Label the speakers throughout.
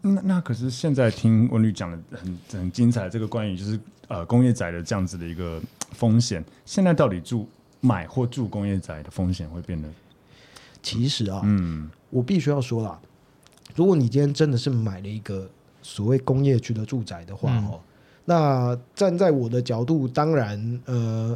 Speaker 1: 那那可是现在听文旅讲的很很精彩，这个关于就是呃工业宅的这样子的一个风险，现在到底住买或住工业宅的风险会变得
Speaker 2: 其实啊，
Speaker 1: 嗯
Speaker 2: 我必须要说啦，如果你今天真的是买了一个所谓工业区的住宅的话，哦、那站在我的角度，当然，呃，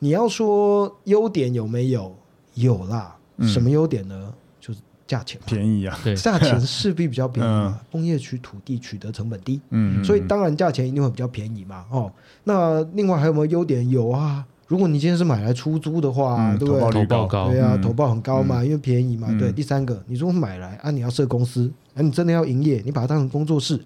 Speaker 2: 你要说优点有没有？有啦，什么优点呢？就是价钱嘛，
Speaker 1: 便宜啊，
Speaker 3: 对
Speaker 2: 价钱势必比较便宜嘛
Speaker 1: 嗯。
Speaker 2: 工业区土地取得成本低，
Speaker 1: 嗯，嗯
Speaker 2: 所以当然价钱一定会比较便宜嘛。哦，那另外还有没有优点？有啊，如果你今天是买来出租的话，
Speaker 1: 嗯
Speaker 2: 对不
Speaker 1: 投
Speaker 2: 对
Speaker 1: 报？率
Speaker 3: 投
Speaker 1: 高
Speaker 3: 报高
Speaker 2: 对啊，
Speaker 1: 嗯
Speaker 2: 投报很高嘛，因为便宜嘛。
Speaker 1: 嗯
Speaker 2: 对，第三个，你如果买来啊，你要设公司，啊，你真的要营业，你把它当成工作室，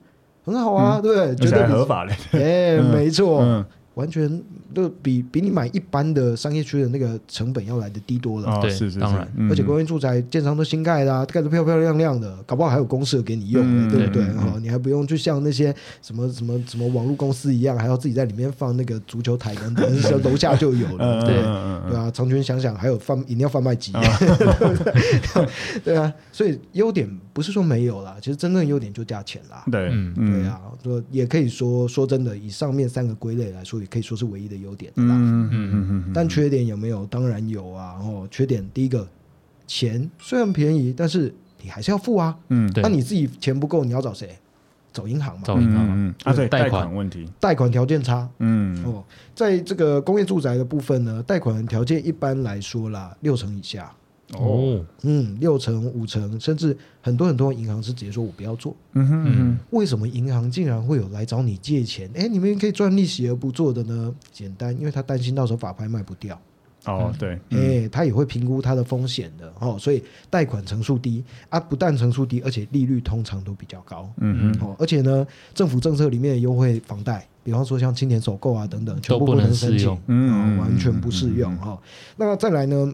Speaker 2: 很好啊，对不对？
Speaker 1: 嗯而
Speaker 2: 绝
Speaker 1: 且
Speaker 2: 对
Speaker 1: 还
Speaker 2: 比
Speaker 1: 合法嘞，
Speaker 2: 哎，
Speaker 1: 嗯
Speaker 2: 没错，
Speaker 1: 嗯，
Speaker 2: 完全都比比你买一般的商业区的那个成本要来的低多了。
Speaker 1: 哦
Speaker 3: 对
Speaker 1: 是是，
Speaker 3: 当
Speaker 1: 是
Speaker 3: 然
Speaker 1: 嗯
Speaker 2: 而且工业住宅建商都新盖的、啊，盖得漂漂亮亮的，搞不好还有公社给你用、
Speaker 1: 嗯
Speaker 2: 对不对？
Speaker 1: 对
Speaker 2: 哦，你还不用就像那些什么什么什么网络公司一样，还要自己在里面放那个足球台等等，是楼下就有
Speaker 1: 嗯
Speaker 2: 了。
Speaker 1: 嗯
Speaker 2: 对
Speaker 1: 嗯嗯
Speaker 2: 对
Speaker 1: 嗯
Speaker 2: 啊，长泉想想还有贩饮料贩卖机，
Speaker 1: 嗯
Speaker 2: 对不对？ 对啊，所以优点不是说没有啦，其实真正的优点就价钱啦。
Speaker 1: 对
Speaker 3: 嗯
Speaker 1: 嗯
Speaker 2: 对啊，说也可以说说真的，以上面三个归类来说，也可以说是唯一的优点啦。
Speaker 1: 嗯嗯嗯嗯嗯，
Speaker 2: 但缺点有没有？当然有啊。哦，缺点第一个，钱虽然便宜，但是你还是要付啊。
Speaker 1: 嗯
Speaker 3: 对
Speaker 2: 那你自己钱不够，你要找谁？找银行嘛。
Speaker 3: 找银行嘛
Speaker 1: 嗯嗯啊对
Speaker 3: 贷
Speaker 1: 贷
Speaker 3: 款
Speaker 1: 款问题，
Speaker 2: 贷款条件差
Speaker 1: 嗯
Speaker 2: 哦，在这个工业住宅的部分呢，贷款条件一般来说啦，六成以下，
Speaker 3: 哦，
Speaker 2: 嗯，六成、五成，甚至很多很多银行是直接说我不要做。
Speaker 1: 嗯哼嗯
Speaker 3: 嗯
Speaker 2: 为什么银行竟然会有来找你借钱？哎，你们可以赚利息而不做的呢？简单，因为他担心到时候法拍卖不掉。
Speaker 1: 哼哦对，
Speaker 2: 哎、
Speaker 1: 嗯
Speaker 2: 他也会评估他的风险的哦，所以贷款成数低啊，不但成数低，而且利率通常都比较高
Speaker 1: 嗯
Speaker 2: 哦，而且呢，政府政策里面的优惠房贷，比方说像青年首购啊等等，全部
Speaker 3: 都不能
Speaker 2: 能申
Speaker 3: 适
Speaker 2: 请
Speaker 3: 用，嗯
Speaker 1: 嗯
Speaker 2: 哦，完全不适用哦。那再来呢，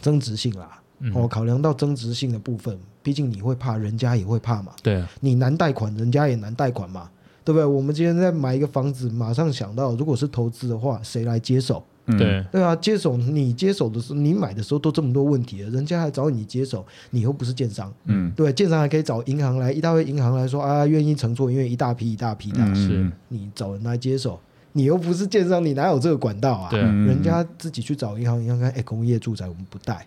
Speaker 2: 增值性啦，
Speaker 3: 嗯
Speaker 2: 哦，考量到增值性的部分，毕竟你会怕，人家也会怕嘛，
Speaker 3: 对啊，
Speaker 2: 你难贷款，人家也难贷款嘛，对不对？我们今天在买一个房子，马上想到，如果是投资的话，谁来接手？
Speaker 1: 嗯
Speaker 3: 对，
Speaker 2: 对啊，接手你接手的时候，你买的时候都这么多问题了，人家还找你接手，你又不是建商，
Speaker 1: 嗯
Speaker 2: 对，建商还可以找银行来，一大堆银行来说啊，愿意承做，因为一大批一大批的啊、
Speaker 1: 嗯
Speaker 3: 是
Speaker 2: 你找人来接手，你又不是建商，你哪有这个管道啊？
Speaker 3: 对啊，
Speaker 1: 嗯
Speaker 2: 人家自己去找银行，银行看，哎，工业住宅我们不贷，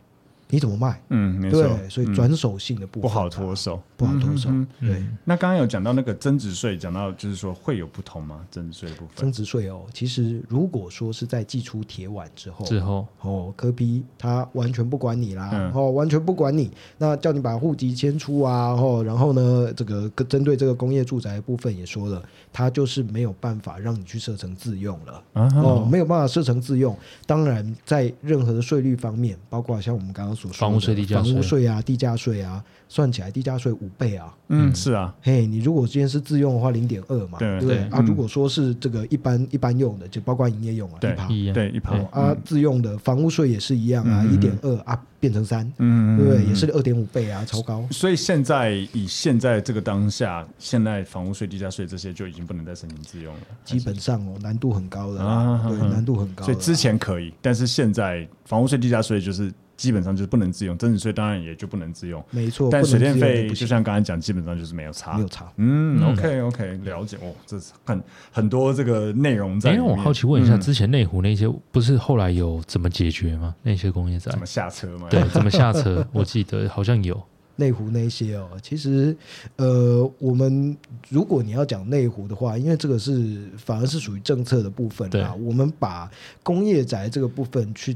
Speaker 2: 你怎么卖？
Speaker 1: 嗯没错，
Speaker 2: 对，所以
Speaker 1: 嗯
Speaker 2: 转手性的部分
Speaker 1: 不
Speaker 2: 啊
Speaker 1: 好脱，手，
Speaker 2: 不好脱手
Speaker 1: 嗯嗯嗯
Speaker 2: 对。
Speaker 1: 那刚刚有讲到那个增值税，讲到就是说会有不同吗？增值税的部分
Speaker 2: 增，值税哦，其实如果说是在寄出铁碗之后，
Speaker 3: 之后
Speaker 2: 哦，科比他完全不管你啦，
Speaker 1: 嗯
Speaker 2: 哦，完全不管你，那叫你把户籍迁出啊，哦，然后呢，这个跟针对这个工业住宅的部分也说了，他就是没有办法让你去设成自用了，
Speaker 1: 啊哈
Speaker 2: 哦，没有办法设成自用。当然，在任何的税率方面，包括像我们刚刚所说的
Speaker 3: 房屋税地价税
Speaker 2: 房屋税啊、地价税啊，算起来地价税五倍啊，
Speaker 1: 嗯，是啊，
Speaker 2: 嘿，你如果今天是自用的话，零点二嘛，
Speaker 1: 对
Speaker 2: 不对
Speaker 3: 对
Speaker 2: 啊？
Speaker 1: 嗯
Speaker 2: 如果说是这个一般一般用的，就包括营业用啊，
Speaker 1: 对
Speaker 2: 一趴
Speaker 3: 一样，
Speaker 1: 对，一趴
Speaker 3: 对，
Speaker 2: 啊，自用的房屋税也是一样啊，
Speaker 1: 嗯
Speaker 2: 一
Speaker 1: 嗯
Speaker 2: 点二啊变成三，
Speaker 1: 嗯，嗯
Speaker 2: 对不对？也是。二点五倍啊，超高
Speaker 1: 嗯。所以现在以现在这个当下，现在房屋税、地价税这些就已经不能再申请自用了，
Speaker 2: 基本上哦，难度很高的啦
Speaker 1: 啊，
Speaker 2: 对，
Speaker 1: 嗯
Speaker 2: 难度很高的啦。
Speaker 1: 所以之前可以，但是现在房屋税、地价税就是基本上就是不能自用，增值税当然也就不能自用，
Speaker 2: 没错，
Speaker 1: 但
Speaker 2: 不能
Speaker 1: 水电
Speaker 2: 自用的
Speaker 1: 费
Speaker 2: 不
Speaker 1: 就
Speaker 2: 行
Speaker 1: 像刚才讲，基本上就是没有差
Speaker 2: 没。有差。
Speaker 1: 嗯，OK OK，了解哦，这是很很多这个内容在
Speaker 3: 哎，
Speaker 1: 里
Speaker 3: 那
Speaker 1: 面。
Speaker 3: 我好奇问一下，
Speaker 1: 嗯
Speaker 3: 之前内湖那些不是后来有怎么解决吗？那些工业宅
Speaker 1: 怎，么下车嘛？
Speaker 3: 对，怎么下车？ 我记得好像有，
Speaker 2: 内湖那一些哦，其实呃，我们如果你要讲内湖的话，因为这个是反而是属于政策的部分
Speaker 3: 对
Speaker 2: 啊，我们把工业宅这个部分去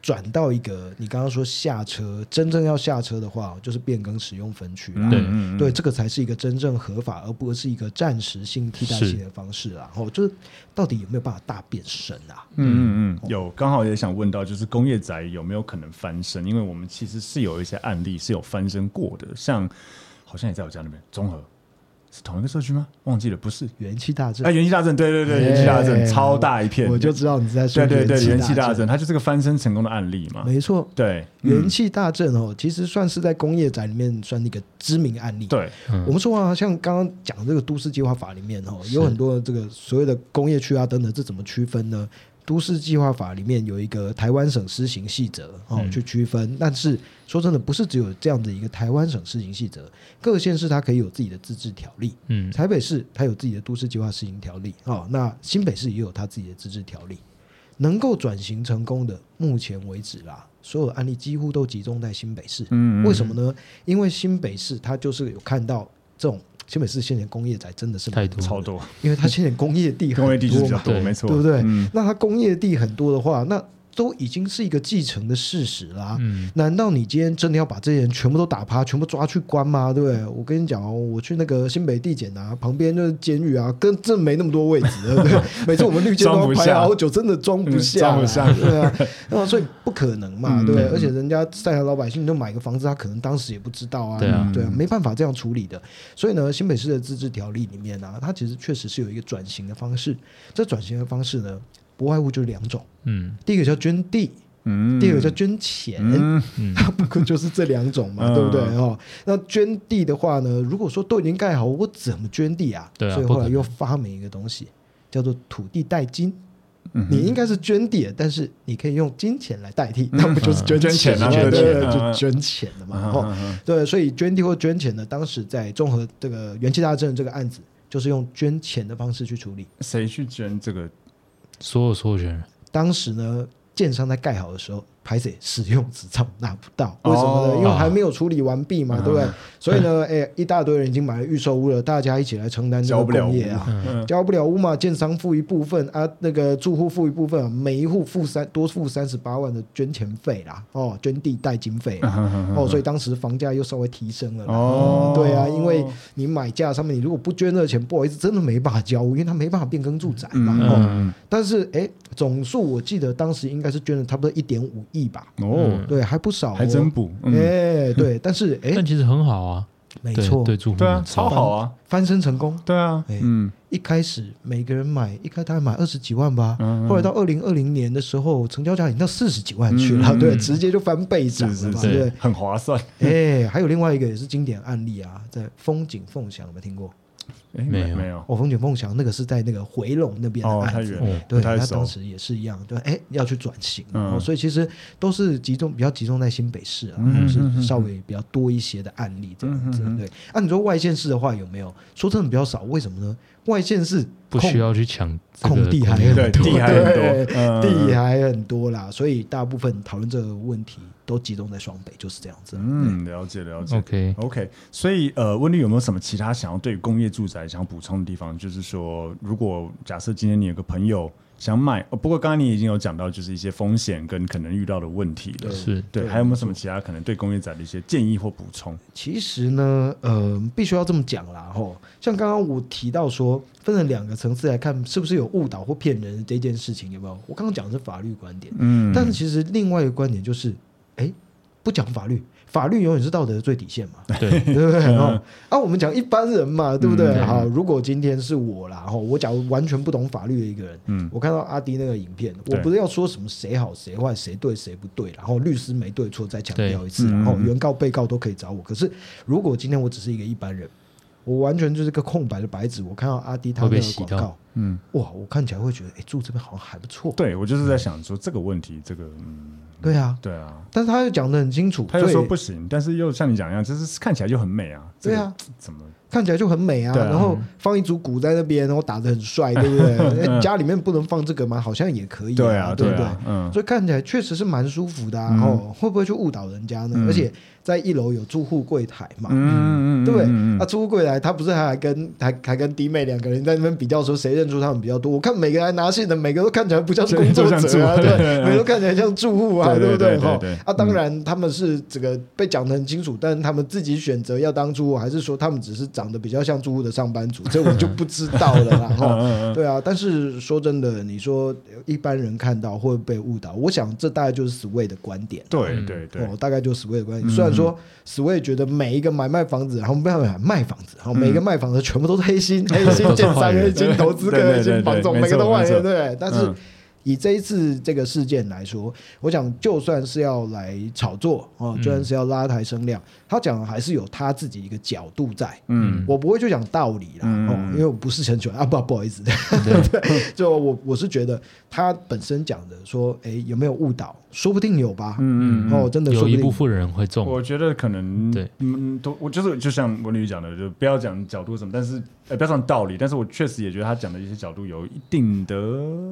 Speaker 2: 转到一个你刚刚说下车，真正要下车的话，就是变更使用分区啦。
Speaker 1: 嗯
Speaker 3: 对
Speaker 1: 嗯嗯
Speaker 2: 对，这个才是一个真正合法，而不是一个暂时性替代性的方式啊。
Speaker 3: 嗯
Speaker 2: 哦，就是到底有没有办法大变身啊？
Speaker 1: 嗯嗯嗯，有，刚好也想问到，就是工业宅有没有可能翻身？因为我们其实是有一些案例是有翻身过的，像好像也在我家那边综合，是同一个社区吗？忘记了，不是。
Speaker 2: 元气大
Speaker 1: 哎，
Speaker 2: 振，
Speaker 1: 元气大镇，对对对，
Speaker 2: 哎
Speaker 1: 元气大镇超大一片，
Speaker 2: 我就知道你在说
Speaker 1: 对对对，元气
Speaker 2: 气
Speaker 1: 大
Speaker 2: 振，
Speaker 1: 镇，它就是个翻身成功的案例嘛。
Speaker 2: 没错，
Speaker 1: 对，嗯
Speaker 2: 元气大振哦，其实算是在工业宅里面算一个知名案例。
Speaker 1: 对，
Speaker 3: 嗯
Speaker 2: 我们说啊，像刚刚讲的这个都市计划法里面哦，有很多这个所谓的工业区啊等等，这怎么区分呢？都市计划法里面有一个台湾省施行细则哦、
Speaker 1: 嗯
Speaker 2: 去区分，但是说真的，不是只有这样的一个台湾省施行细则，各县市它可以有自己的自治条例。
Speaker 3: 嗯
Speaker 2: 台北市它有自己的都市计划施行条例哦，那新北市也有它自己的自治条例。能够转型成功的，目前为止啦，所有案例几乎都集中在新北市。
Speaker 1: 嗯，嗯
Speaker 2: 为什么呢？因为新北市它就是有看到这种新北市现在工业宅真的是蛮
Speaker 3: 太多
Speaker 1: 超，多，
Speaker 2: 因为它现在工业地很
Speaker 1: 工业地区比较
Speaker 2: 嘛，
Speaker 1: 多，
Speaker 3: 对
Speaker 1: 没错，
Speaker 2: 对不对
Speaker 1: 嗯，
Speaker 2: 那它工业地很多的话，那都已经是一个继承的事实啦。
Speaker 3: 嗯
Speaker 2: 难道你今天真的要把这些人全部都打趴，全部抓去关吗？对不对？我跟你讲哦，我去那个新北地检啊，旁边就是监狱啊，跟真的没那么多位置，对 不对？每次我们绿箭都
Speaker 1: 装
Speaker 2: 要
Speaker 1: 不
Speaker 2: 拍
Speaker 1: 下
Speaker 2: 好久，真的装不
Speaker 1: 嗯
Speaker 2: 下啦，
Speaker 1: 装不下
Speaker 2: 对啊，那么所以不可能嘛，
Speaker 1: 嗯
Speaker 2: 对不对？
Speaker 1: 嗯
Speaker 2: 而且人家善良老百姓就买个房子，他可能当时也不知道啊，
Speaker 3: 对啊
Speaker 2: 对啊，没办法这样处理的。所以呢，新北市的自治条例里面啊，它其实确实是有一个转型的方式。这转型的方式呢，不外乎就两种，
Speaker 3: 嗯
Speaker 2: 第一个叫捐地，
Speaker 1: 嗯，
Speaker 2: 第二个叫捐钱。
Speaker 1: 嗯，
Speaker 3: 嗯，
Speaker 2: 不过就是这两种嘛，
Speaker 1: 嗯
Speaker 2: 对不对？哦，那捐地的话呢，如果说都已经盖好，我怎么捐地啊？
Speaker 3: 对啊
Speaker 2: 所以
Speaker 3: 不
Speaker 2: 后
Speaker 3: 可
Speaker 2: 来
Speaker 3: 能
Speaker 2: 又发明一个东西，叫做土地代金。
Speaker 1: 嗯
Speaker 2: 你应该是捐地的，但是你可以用金钱来代替，那不就是捐
Speaker 1: 捐钱
Speaker 2: 嘛
Speaker 1: 啊
Speaker 2: 对
Speaker 3: 对
Speaker 2: 对
Speaker 1: 对
Speaker 2: 对，
Speaker 1: 嗯
Speaker 2: 就捐钱了嘛。
Speaker 1: 嗯
Speaker 2: 哦，
Speaker 1: 嗯
Speaker 2: 对，所以捐地或捐钱呢，当时在综合这个元气大镇这个案子，就是用捐钱的方式去处理。
Speaker 1: 谁去捐这个？
Speaker 3: 所有所有权人，
Speaker 2: 当时呢，建商在盖好的时候，拍谁使用执照拿不到，
Speaker 1: 哦
Speaker 2: 为什么呢？因为还没有处理完毕嘛，
Speaker 1: 嗯
Speaker 2: 对不对？所以呢，哎，一大堆人已经买了预售屋了，大家一起来承担这
Speaker 1: 交
Speaker 2: 个
Speaker 1: 不了
Speaker 2: 工
Speaker 1: 屋
Speaker 2: 业啊。
Speaker 1: 嗯，
Speaker 2: 交不了屋嘛，建商付一部分啊，那个住户付一部分，每一户付三多付三十八万的捐钱费啦，哦，捐地代金费啦，哦，所以当时房价又稍微提升了
Speaker 1: 嗯
Speaker 2: 啦。
Speaker 1: 哦，
Speaker 2: 对啊，因为你买价上面，你如果不捐这钱，不好意思，真的没办法交屋，因为它没办法变更住宅嘛。哦，
Speaker 1: 嗯
Speaker 2: 但是哎，总数我记得当时应该是捐了差不多一点五亿吧，
Speaker 1: 嗯哦，
Speaker 2: 对，还不少、哦，
Speaker 1: 还真补，嗯，
Speaker 2: 哎，对，但是哎
Speaker 3: 但，其实很好啊，
Speaker 2: 没
Speaker 3: 对
Speaker 2: 错，
Speaker 3: 对住户
Speaker 1: 对啊
Speaker 3: 们，
Speaker 1: 超好啊，
Speaker 2: 翻身成功。
Speaker 1: 对啊，
Speaker 2: 哎
Speaker 1: 嗯
Speaker 2: 一开始每个人买，一开始大概买二十几万吧，
Speaker 1: 嗯，
Speaker 2: 后来到二零二零年的时候，成交价已经到四十几万去了，
Speaker 1: 嗯嗯
Speaker 2: 对，
Speaker 1: 嗯
Speaker 2: 直接就翻倍涨
Speaker 1: 是
Speaker 2: 了
Speaker 1: 是
Speaker 2: 嘛，
Speaker 1: 是
Speaker 2: 对，
Speaker 1: 很划算，
Speaker 2: 不对？哎，还有另外一个也是经典案例啊，在风景凤翔有没有听过？
Speaker 1: 哎
Speaker 3: 没有
Speaker 1: 没有，
Speaker 2: 哦，风景凤翔那个是在那个回龙那边的
Speaker 1: 哦，太
Speaker 2: 案子，
Speaker 1: 远了，
Speaker 2: 对，
Speaker 1: 不
Speaker 2: 他
Speaker 1: 太熟
Speaker 2: 当，时也是一样，对，哎，要去转型，
Speaker 1: 嗯
Speaker 2: 哦，所以其实都是集中比较集中在新北市啊，
Speaker 1: 嗯嗯嗯
Speaker 2: 是
Speaker 1: 嗯
Speaker 2: 稍微比较多一些的案例这样子
Speaker 1: 嗯嗯嗯。
Speaker 2: 对，啊，你说外县市的话有没有？说真的比较少，为什么呢？外县市
Speaker 3: 不
Speaker 2: 空
Speaker 3: 需要去抢这个
Speaker 2: 空地还
Speaker 3: 公园
Speaker 1: 对
Speaker 2: 很多，
Speaker 1: 地还很多
Speaker 2: 对
Speaker 1: 嗯
Speaker 2: 地还很多啦，所以大部分讨论这个问题都集中在双北，就是这样子。
Speaker 1: 嗯，了解了解。
Speaker 3: OK，
Speaker 1: OK，所以呃，温律有没有什么其他想要对工业住宅想要补充的地方？就是说，如果假设今天你有个朋友想买，哦、不过刚刚你已经有讲到，就是一些风险跟可能遇到的问题了。
Speaker 3: 是
Speaker 1: 对，
Speaker 2: 对
Speaker 1: 还有没有什么其他可能对工业宅的一些建议或补充？
Speaker 2: 其实呢，呃，必须要这么讲啦，吼，像刚刚我提到说，分成两个层次来看，是不是有误导或骗人这件事情，有没有？我刚刚讲的是法律观点，
Speaker 1: 嗯
Speaker 2: 但是其实另外一个观点就是，哎、不讲法律，法律永远是道德的最底线嘛，
Speaker 3: 对，
Speaker 2: 对不对？
Speaker 1: 嗯
Speaker 2: 哦，啊，我们讲一般人嘛，对不对？
Speaker 3: 嗯
Speaker 2: 好，如果今天是我啦，吼，我假如完全不懂法律的一个人，
Speaker 1: 嗯
Speaker 2: 我看到阿迪那个影片，我
Speaker 1: 对
Speaker 2: 不是要说什么谁好谁坏，谁对谁不对，然后律师没对错，再强调一次，
Speaker 1: 对嗯
Speaker 2: 然后
Speaker 1: 嗯嗯
Speaker 2: 原告被告都可以找我。可是如果今天我只是一个一般人，我完全就是个空白的白纸，我看到阿迪他
Speaker 3: 会
Speaker 2: 那
Speaker 3: 被
Speaker 2: 个
Speaker 3: 洗
Speaker 2: 广
Speaker 3: 到
Speaker 2: 告，
Speaker 1: 嗯，
Speaker 2: 哇，我看起来会觉得，哎，住这边好像还不错，
Speaker 1: 对我就是在想说这个问题，这个嗯，
Speaker 2: 对啊，
Speaker 1: 对啊，
Speaker 2: 但是他又讲的很清楚，
Speaker 1: 他又
Speaker 2: 所
Speaker 1: 说
Speaker 2: 以
Speaker 1: 不行，但是又像你讲一样，就是看起来就很美啊。这
Speaker 2: 对
Speaker 1: 个
Speaker 2: 啊，
Speaker 1: 怎么？
Speaker 2: 看起来就很美啊，
Speaker 1: 对啊
Speaker 2: 然后放一组鼓在那边，然后打得很帅，对 不对？哎家里面不能放这个吗？好像也可以、
Speaker 1: 对
Speaker 2: 啊，
Speaker 1: 啊，
Speaker 2: 对不对？
Speaker 1: 啊，嗯，
Speaker 2: 所以看起来确实是蛮舒服的、啊，
Speaker 1: 嗯
Speaker 2: 哦，会不会去误导人家呢？
Speaker 1: 嗯
Speaker 2: 而且在一楼有住户柜台嘛，
Speaker 1: 嗯嗯嗯，
Speaker 2: 对不对？
Speaker 1: 嗯嗯
Speaker 2: 那、住户柜台他不是还跟还还跟弟妹两个人在那边比较说谁认出他们比较多。我看每个来拿信的，每个都看起来不像是工作
Speaker 1: 对都像住
Speaker 2: 者啊，
Speaker 1: 户对对
Speaker 2: 对，每个都看起来像住户啊，
Speaker 1: 对
Speaker 2: 不
Speaker 1: 对对
Speaker 2: 哈
Speaker 1: 对嗯对，
Speaker 2: 啊，当然他们是这个被讲得很清楚，但是他们自己选择要当住户，还是说他们只是长得比较像住户的上班 族，这我就不知道了啦。
Speaker 1: 嗯
Speaker 2: 哈。对啊，但是说真的，你说一般人看到会被误导，我想这大概就是 Sway 的观点。
Speaker 3: 嗯
Speaker 1: 对对对嗯
Speaker 2: 哦，大概就是 Sway 的观点。虽然说 Sway 觉得每一个买卖房子，然后不要买卖房子，然后
Speaker 1: 嗯
Speaker 2: 每一个卖房子全部都是 黑心、黑心建商、黑心投资
Speaker 1: 对对
Speaker 2: 客、
Speaker 1: 对
Speaker 2: 黑
Speaker 1: 对
Speaker 2: 心房总，
Speaker 1: 没错
Speaker 2: 每个都坏
Speaker 1: 没错
Speaker 2: 人，对不对？但是
Speaker 1: 嗯
Speaker 2: 以这一次这个事件来说，我想就算是要来炒作哦，就
Speaker 1: 嗯
Speaker 2: 算是要拉抬声量，他讲的还是有他自己一个角度在。
Speaker 1: 嗯
Speaker 2: 我不会就讲道理啦，
Speaker 1: 嗯
Speaker 2: 哦，因为我不是很喜欢啊，不不好意思， 对，就我我是觉得他本身讲的说，哎，有没有误导？说不定有吧，
Speaker 1: 嗯嗯嗯。
Speaker 2: 哦，真的说
Speaker 3: 有
Speaker 2: 不
Speaker 3: 一部
Speaker 2: 定。
Speaker 3: 分人会中，
Speaker 1: 我觉得可能
Speaker 3: 对，
Speaker 1: 嗯，都我就是就像文女讲的，就不要讲角度什么，但是呃，不要讲道理，但是我确实也觉得他讲的一些角度有一定的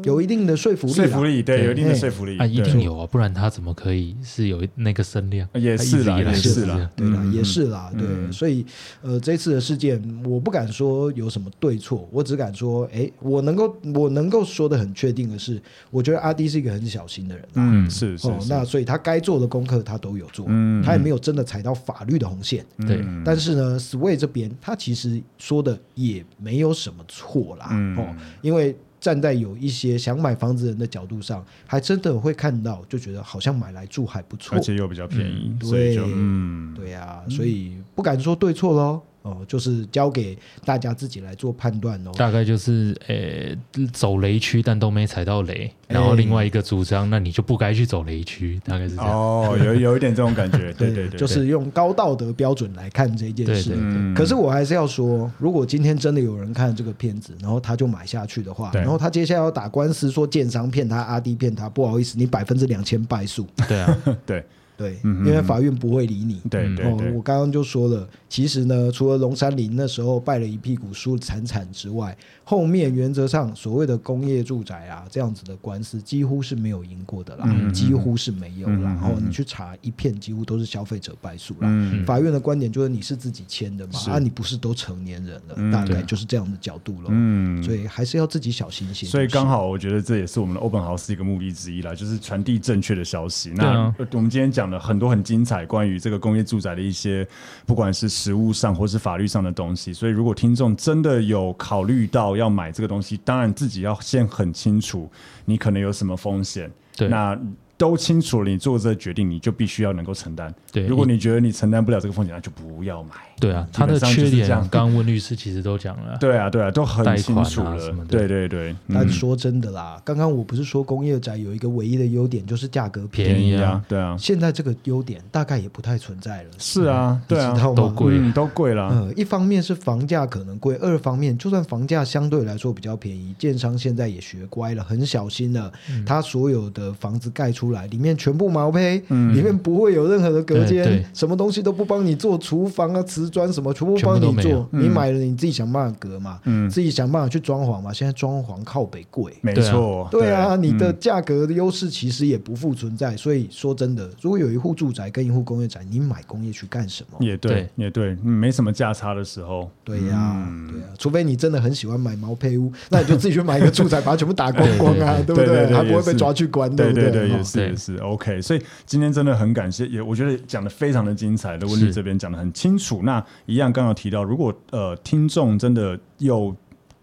Speaker 2: 有一定的说服力啦，
Speaker 1: 说服力，对，
Speaker 3: 对
Speaker 1: 有一定的
Speaker 2: 哎
Speaker 1: 说服力，
Speaker 3: 啊，一
Speaker 1: 对
Speaker 3: 定有啊，不然他怎么可以是有那个声量？
Speaker 1: 也
Speaker 3: 他一
Speaker 1: 是
Speaker 3: 直
Speaker 1: 啦
Speaker 3: 以来
Speaker 1: 也
Speaker 3: 就是这
Speaker 1: 啦
Speaker 3: 样
Speaker 2: 对啦，
Speaker 1: 嗯
Speaker 2: 也是啦，对，
Speaker 1: 嗯
Speaker 2: 所以呃，这次的事件我不敢说有什么对错，我只敢说，哎，我能够我能够说的很确定的是，我觉得阿迪是一个很小心的人啊、
Speaker 1: 嗯，是是
Speaker 2: 哦，
Speaker 1: 是，
Speaker 2: 那所以他该做的功课他都有做，
Speaker 1: 嗯
Speaker 2: 他也没有真的踩到法律的红线。
Speaker 3: 对
Speaker 1: 嗯
Speaker 2: 但是呢，Sway 这边他其实说的也没有什么错啦，
Speaker 1: 嗯
Speaker 2: 哦，因为站在有一些想买房子人的角度上，还真的会看到，就觉得好像买来住还不错
Speaker 1: 而，且又比较便宜，
Speaker 2: 嗯
Speaker 1: 所以就
Speaker 2: 对
Speaker 1: 嗯，
Speaker 2: 对呀、所以不敢说对错喽，哦，就是交给大家自己来做判断哦。
Speaker 3: 大概就是呃走雷区，但都没踩到雷。然后
Speaker 2: 哎
Speaker 3: 另外一个主张，那你就不该去走雷区，大概是这样。
Speaker 1: 哦，有有一点这种感觉，对对对，
Speaker 2: 就是用高道德标准来看这件
Speaker 3: 对
Speaker 2: 事
Speaker 3: 对。
Speaker 1: 嗯，
Speaker 2: 可是我还是要说，如果今天真的有人看这个片子，然后他就买下去的话，
Speaker 1: 对
Speaker 2: 然后他接下来要打官司说建商骗他、阿弟骗他，不好意思，你百分之两千败诉，
Speaker 3: 对啊，
Speaker 1: 对
Speaker 2: 对，
Speaker 1: 嗯嗯
Speaker 2: 因为法院不会理你。
Speaker 1: 对
Speaker 3: 嗯
Speaker 1: 对
Speaker 2: 哦，我
Speaker 1: 对，
Speaker 2: 刚刚就说了，其实呢，除了龙山林那时候败了一屁股输惨惨之外，后面原则上所谓的工业住宅啊这样子的官司几乎是没有赢过的啦，
Speaker 1: 嗯嗯嗯
Speaker 2: 几乎是没有啦。
Speaker 1: 嗯嗯嗯
Speaker 2: 然后你去查一片，几乎都是消费者败诉啦。
Speaker 1: 嗯
Speaker 2: 法院的观点就是你是自己签的嘛，啊，你不是都成年人了，大概
Speaker 3: 对
Speaker 2: 就是这样的角度了。
Speaker 1: 嗯，
Speaker 2: 所以还是要自己小心一些。
Speaker 1: 所以
Speaker 2: 就是
Speaker 1: 刚好，我觉得这也是我们的 Open House 一个目的之一啦，就是传递正确的消息。那
Speaker 3: 对啊
Speaker 1: 呃我们今天讲了很多很精彩关于这个工业住宅的一些，不管是实物上或是法律上的东西。所以如果听众真的有考虑到要买这个东西，当然自己要先很清楚你可能有什么风险。
Speaker 3: 对
Speaker 1: 那。都清楚了，你做这个决定，你就必须要能够承担。
Speaker 3: 对
Speaker 1: 如果你觉得你承担不了这个风险，那就不要买。
Speaker 3: 对啊，
Speaker 1: 基
Speaker 3: 他
Speaker 1: 本
Speaker 3: 的
Speaker 1: 上就是
Speaker 3: 缺点，
Speaker 1: 这样
Speaker 3: 刚刚温律师其实都讲了。
Speaker 1: 对啊，对啊，都很
Speaker 3: 贷
Speaker 1: 清
Speaker 3: 款啊
Speaker 1: 楚了
Speaker 3: 什么。的
Speaker 1: 对对对，
Speaker 2: 但
Speaker 1: 嗯
Speaker 2: 说真的啦，刚刚我不是说工业宅有一个唯一的优点就是价格便
Speaker 1: 便
Speaker 2: 宜，
Speaker 1: 宜啊，对啊，
Speaker 2: 现在这个优点大概也不太存在了，嗯
Speaker 1: 是啊，对啊
Speaker 2: 你知，道吗？
Speaker 3: 都贵
Speaker 1: 嗯，都贵了。
Speaker 2: 呃，一方面是房价可能贵，二方面就算房价相对来说比较便宜，建商现在也学乖了，很小心了。
Speaker 3: 嗯
Speaker 2: 他所有的房子盖出来，里面全部毛坯，里面不会有任何的隔间，
Speaker 3: 嗯对对
Speaker 2: 什么东西都不帮你做，厨房啊、瓷砖什么全部帮
Speaker 3: 全部都
Speaker 2: 你
Speaker 3: 没
Speaker 2: 做
Speaker 3: 有，
Speaker 2: 你买了你自己想办法隔嘛，自己想办法去装潢嘛。现在装潢靠北贵，
Speaker 1: 没
Speaker 3: 对啊
Speaker 1: 错，
Speaker 2: 对啊，你的
Speaker 1: 嗯
Speaker 2: 价格的优势其实也不复存在。所以说真的，如果有一户住宅跟一户工业宅，你买工业区干什么？
Speaker 1: 也对
Speaker 3: 对，
Speaker 1: 也对，嗯没什么价差的时候，嗯
Speaker 2: 对呀、对呀、除非你真的很喜欢买毛坯屋，那你就自己去买一个住宅，把它全部打光光啊，对不
Speaker 1: 对对对
Speaker 2: 还不
Speaker 1: 也
Speaker 2: 会
Speaker 1: 是
Speaker 2: 被抓去关，
Speaker 1: 对
Speaker 2: 不
Speaker 1: 对对，也
Speaker 2: 哦
Speaker 1: 是
Speaker 3: 对
Speaker 1: 也是 OK。所以今天真的很感谢，也我觉得讲的非常的精彩，的温律
Speaker 3: 是
Speaker 1: 这边讲的很清楚。那一样刚刚有提到，如果呃听众真的有。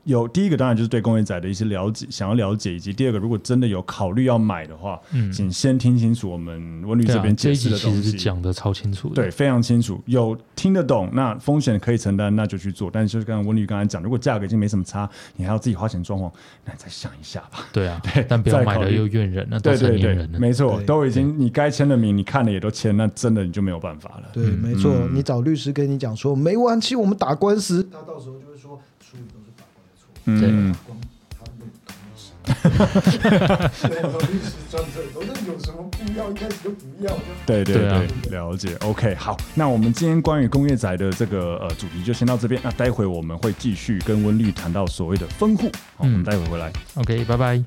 Speaker 1: 有第一个当然就是对工业仔的一些了解，想要了解，以及第二个，如果真的有考虑要买的话，
Speaker 3: 嗯
Speaker 1: 请先听清楚我们温律
Speaker 3: 对
Speaker 1: 这
Speaker 3: 啊，
Speaker 1: 边
Speaker 3: 这
Speaker 1: 解
Speaker 3: 一
Speaker 1: 释
Speaker 3: 集
Speaker 1: 的
Speaker 3: 其
Speaker 1: 东
Speaker 3: 实
Speaker 1: 西。
Speaker 3: 是讲的超清楚的。
Speaker 1: 对，非常清楚，有听得懂，那风险可以承担，那就去做。但是就是刚刚温律刚才讲，如果价格已经没什么差，你还要自己花钱装潢，那你再想一下吧。
Speaker 3: 对 啊，但不要
Speaker 1: 再
Speaker 3: 买
Speaker 1: 考
Speaker 3: 了
Speaker 1: 虑
Speaker 3: 又怨人，那都
Speaker 1: 对
Speaker 3: 成
Speaker 1: 对
Speaker 3: 年
Speaker 1: 对
Speaker 3: 人，了。
Speaker 1: 没错，
Speaker 2: 对
Speaker 1: 都已经你该签的名，你看了也都签，那真的你就没有办法了。
Speaker 2: 对，没错。
Speaker 1: 嗯
Speaker 2: 你找律师跟你讲说没完期，我们打官司，他到时候就会说 处理都是法官的错，
Speaker 1: 嗯，
Speaker 2: 光他没有同意审。对很多律师专责，都是有什么不要，一开始就不要。
Speaker 1: 对对
Speaker 3: 对啊
Speaker 1: 对，了解。OK，好，那我们今天关于工业宅的这个呃主题就先到这边。那待会我们会继续跟温律谈到所谓的分户，好，我们
Speaker 3: 嗯
Speaker 1: 待会回来。
Speaker 3: OK，拜拜。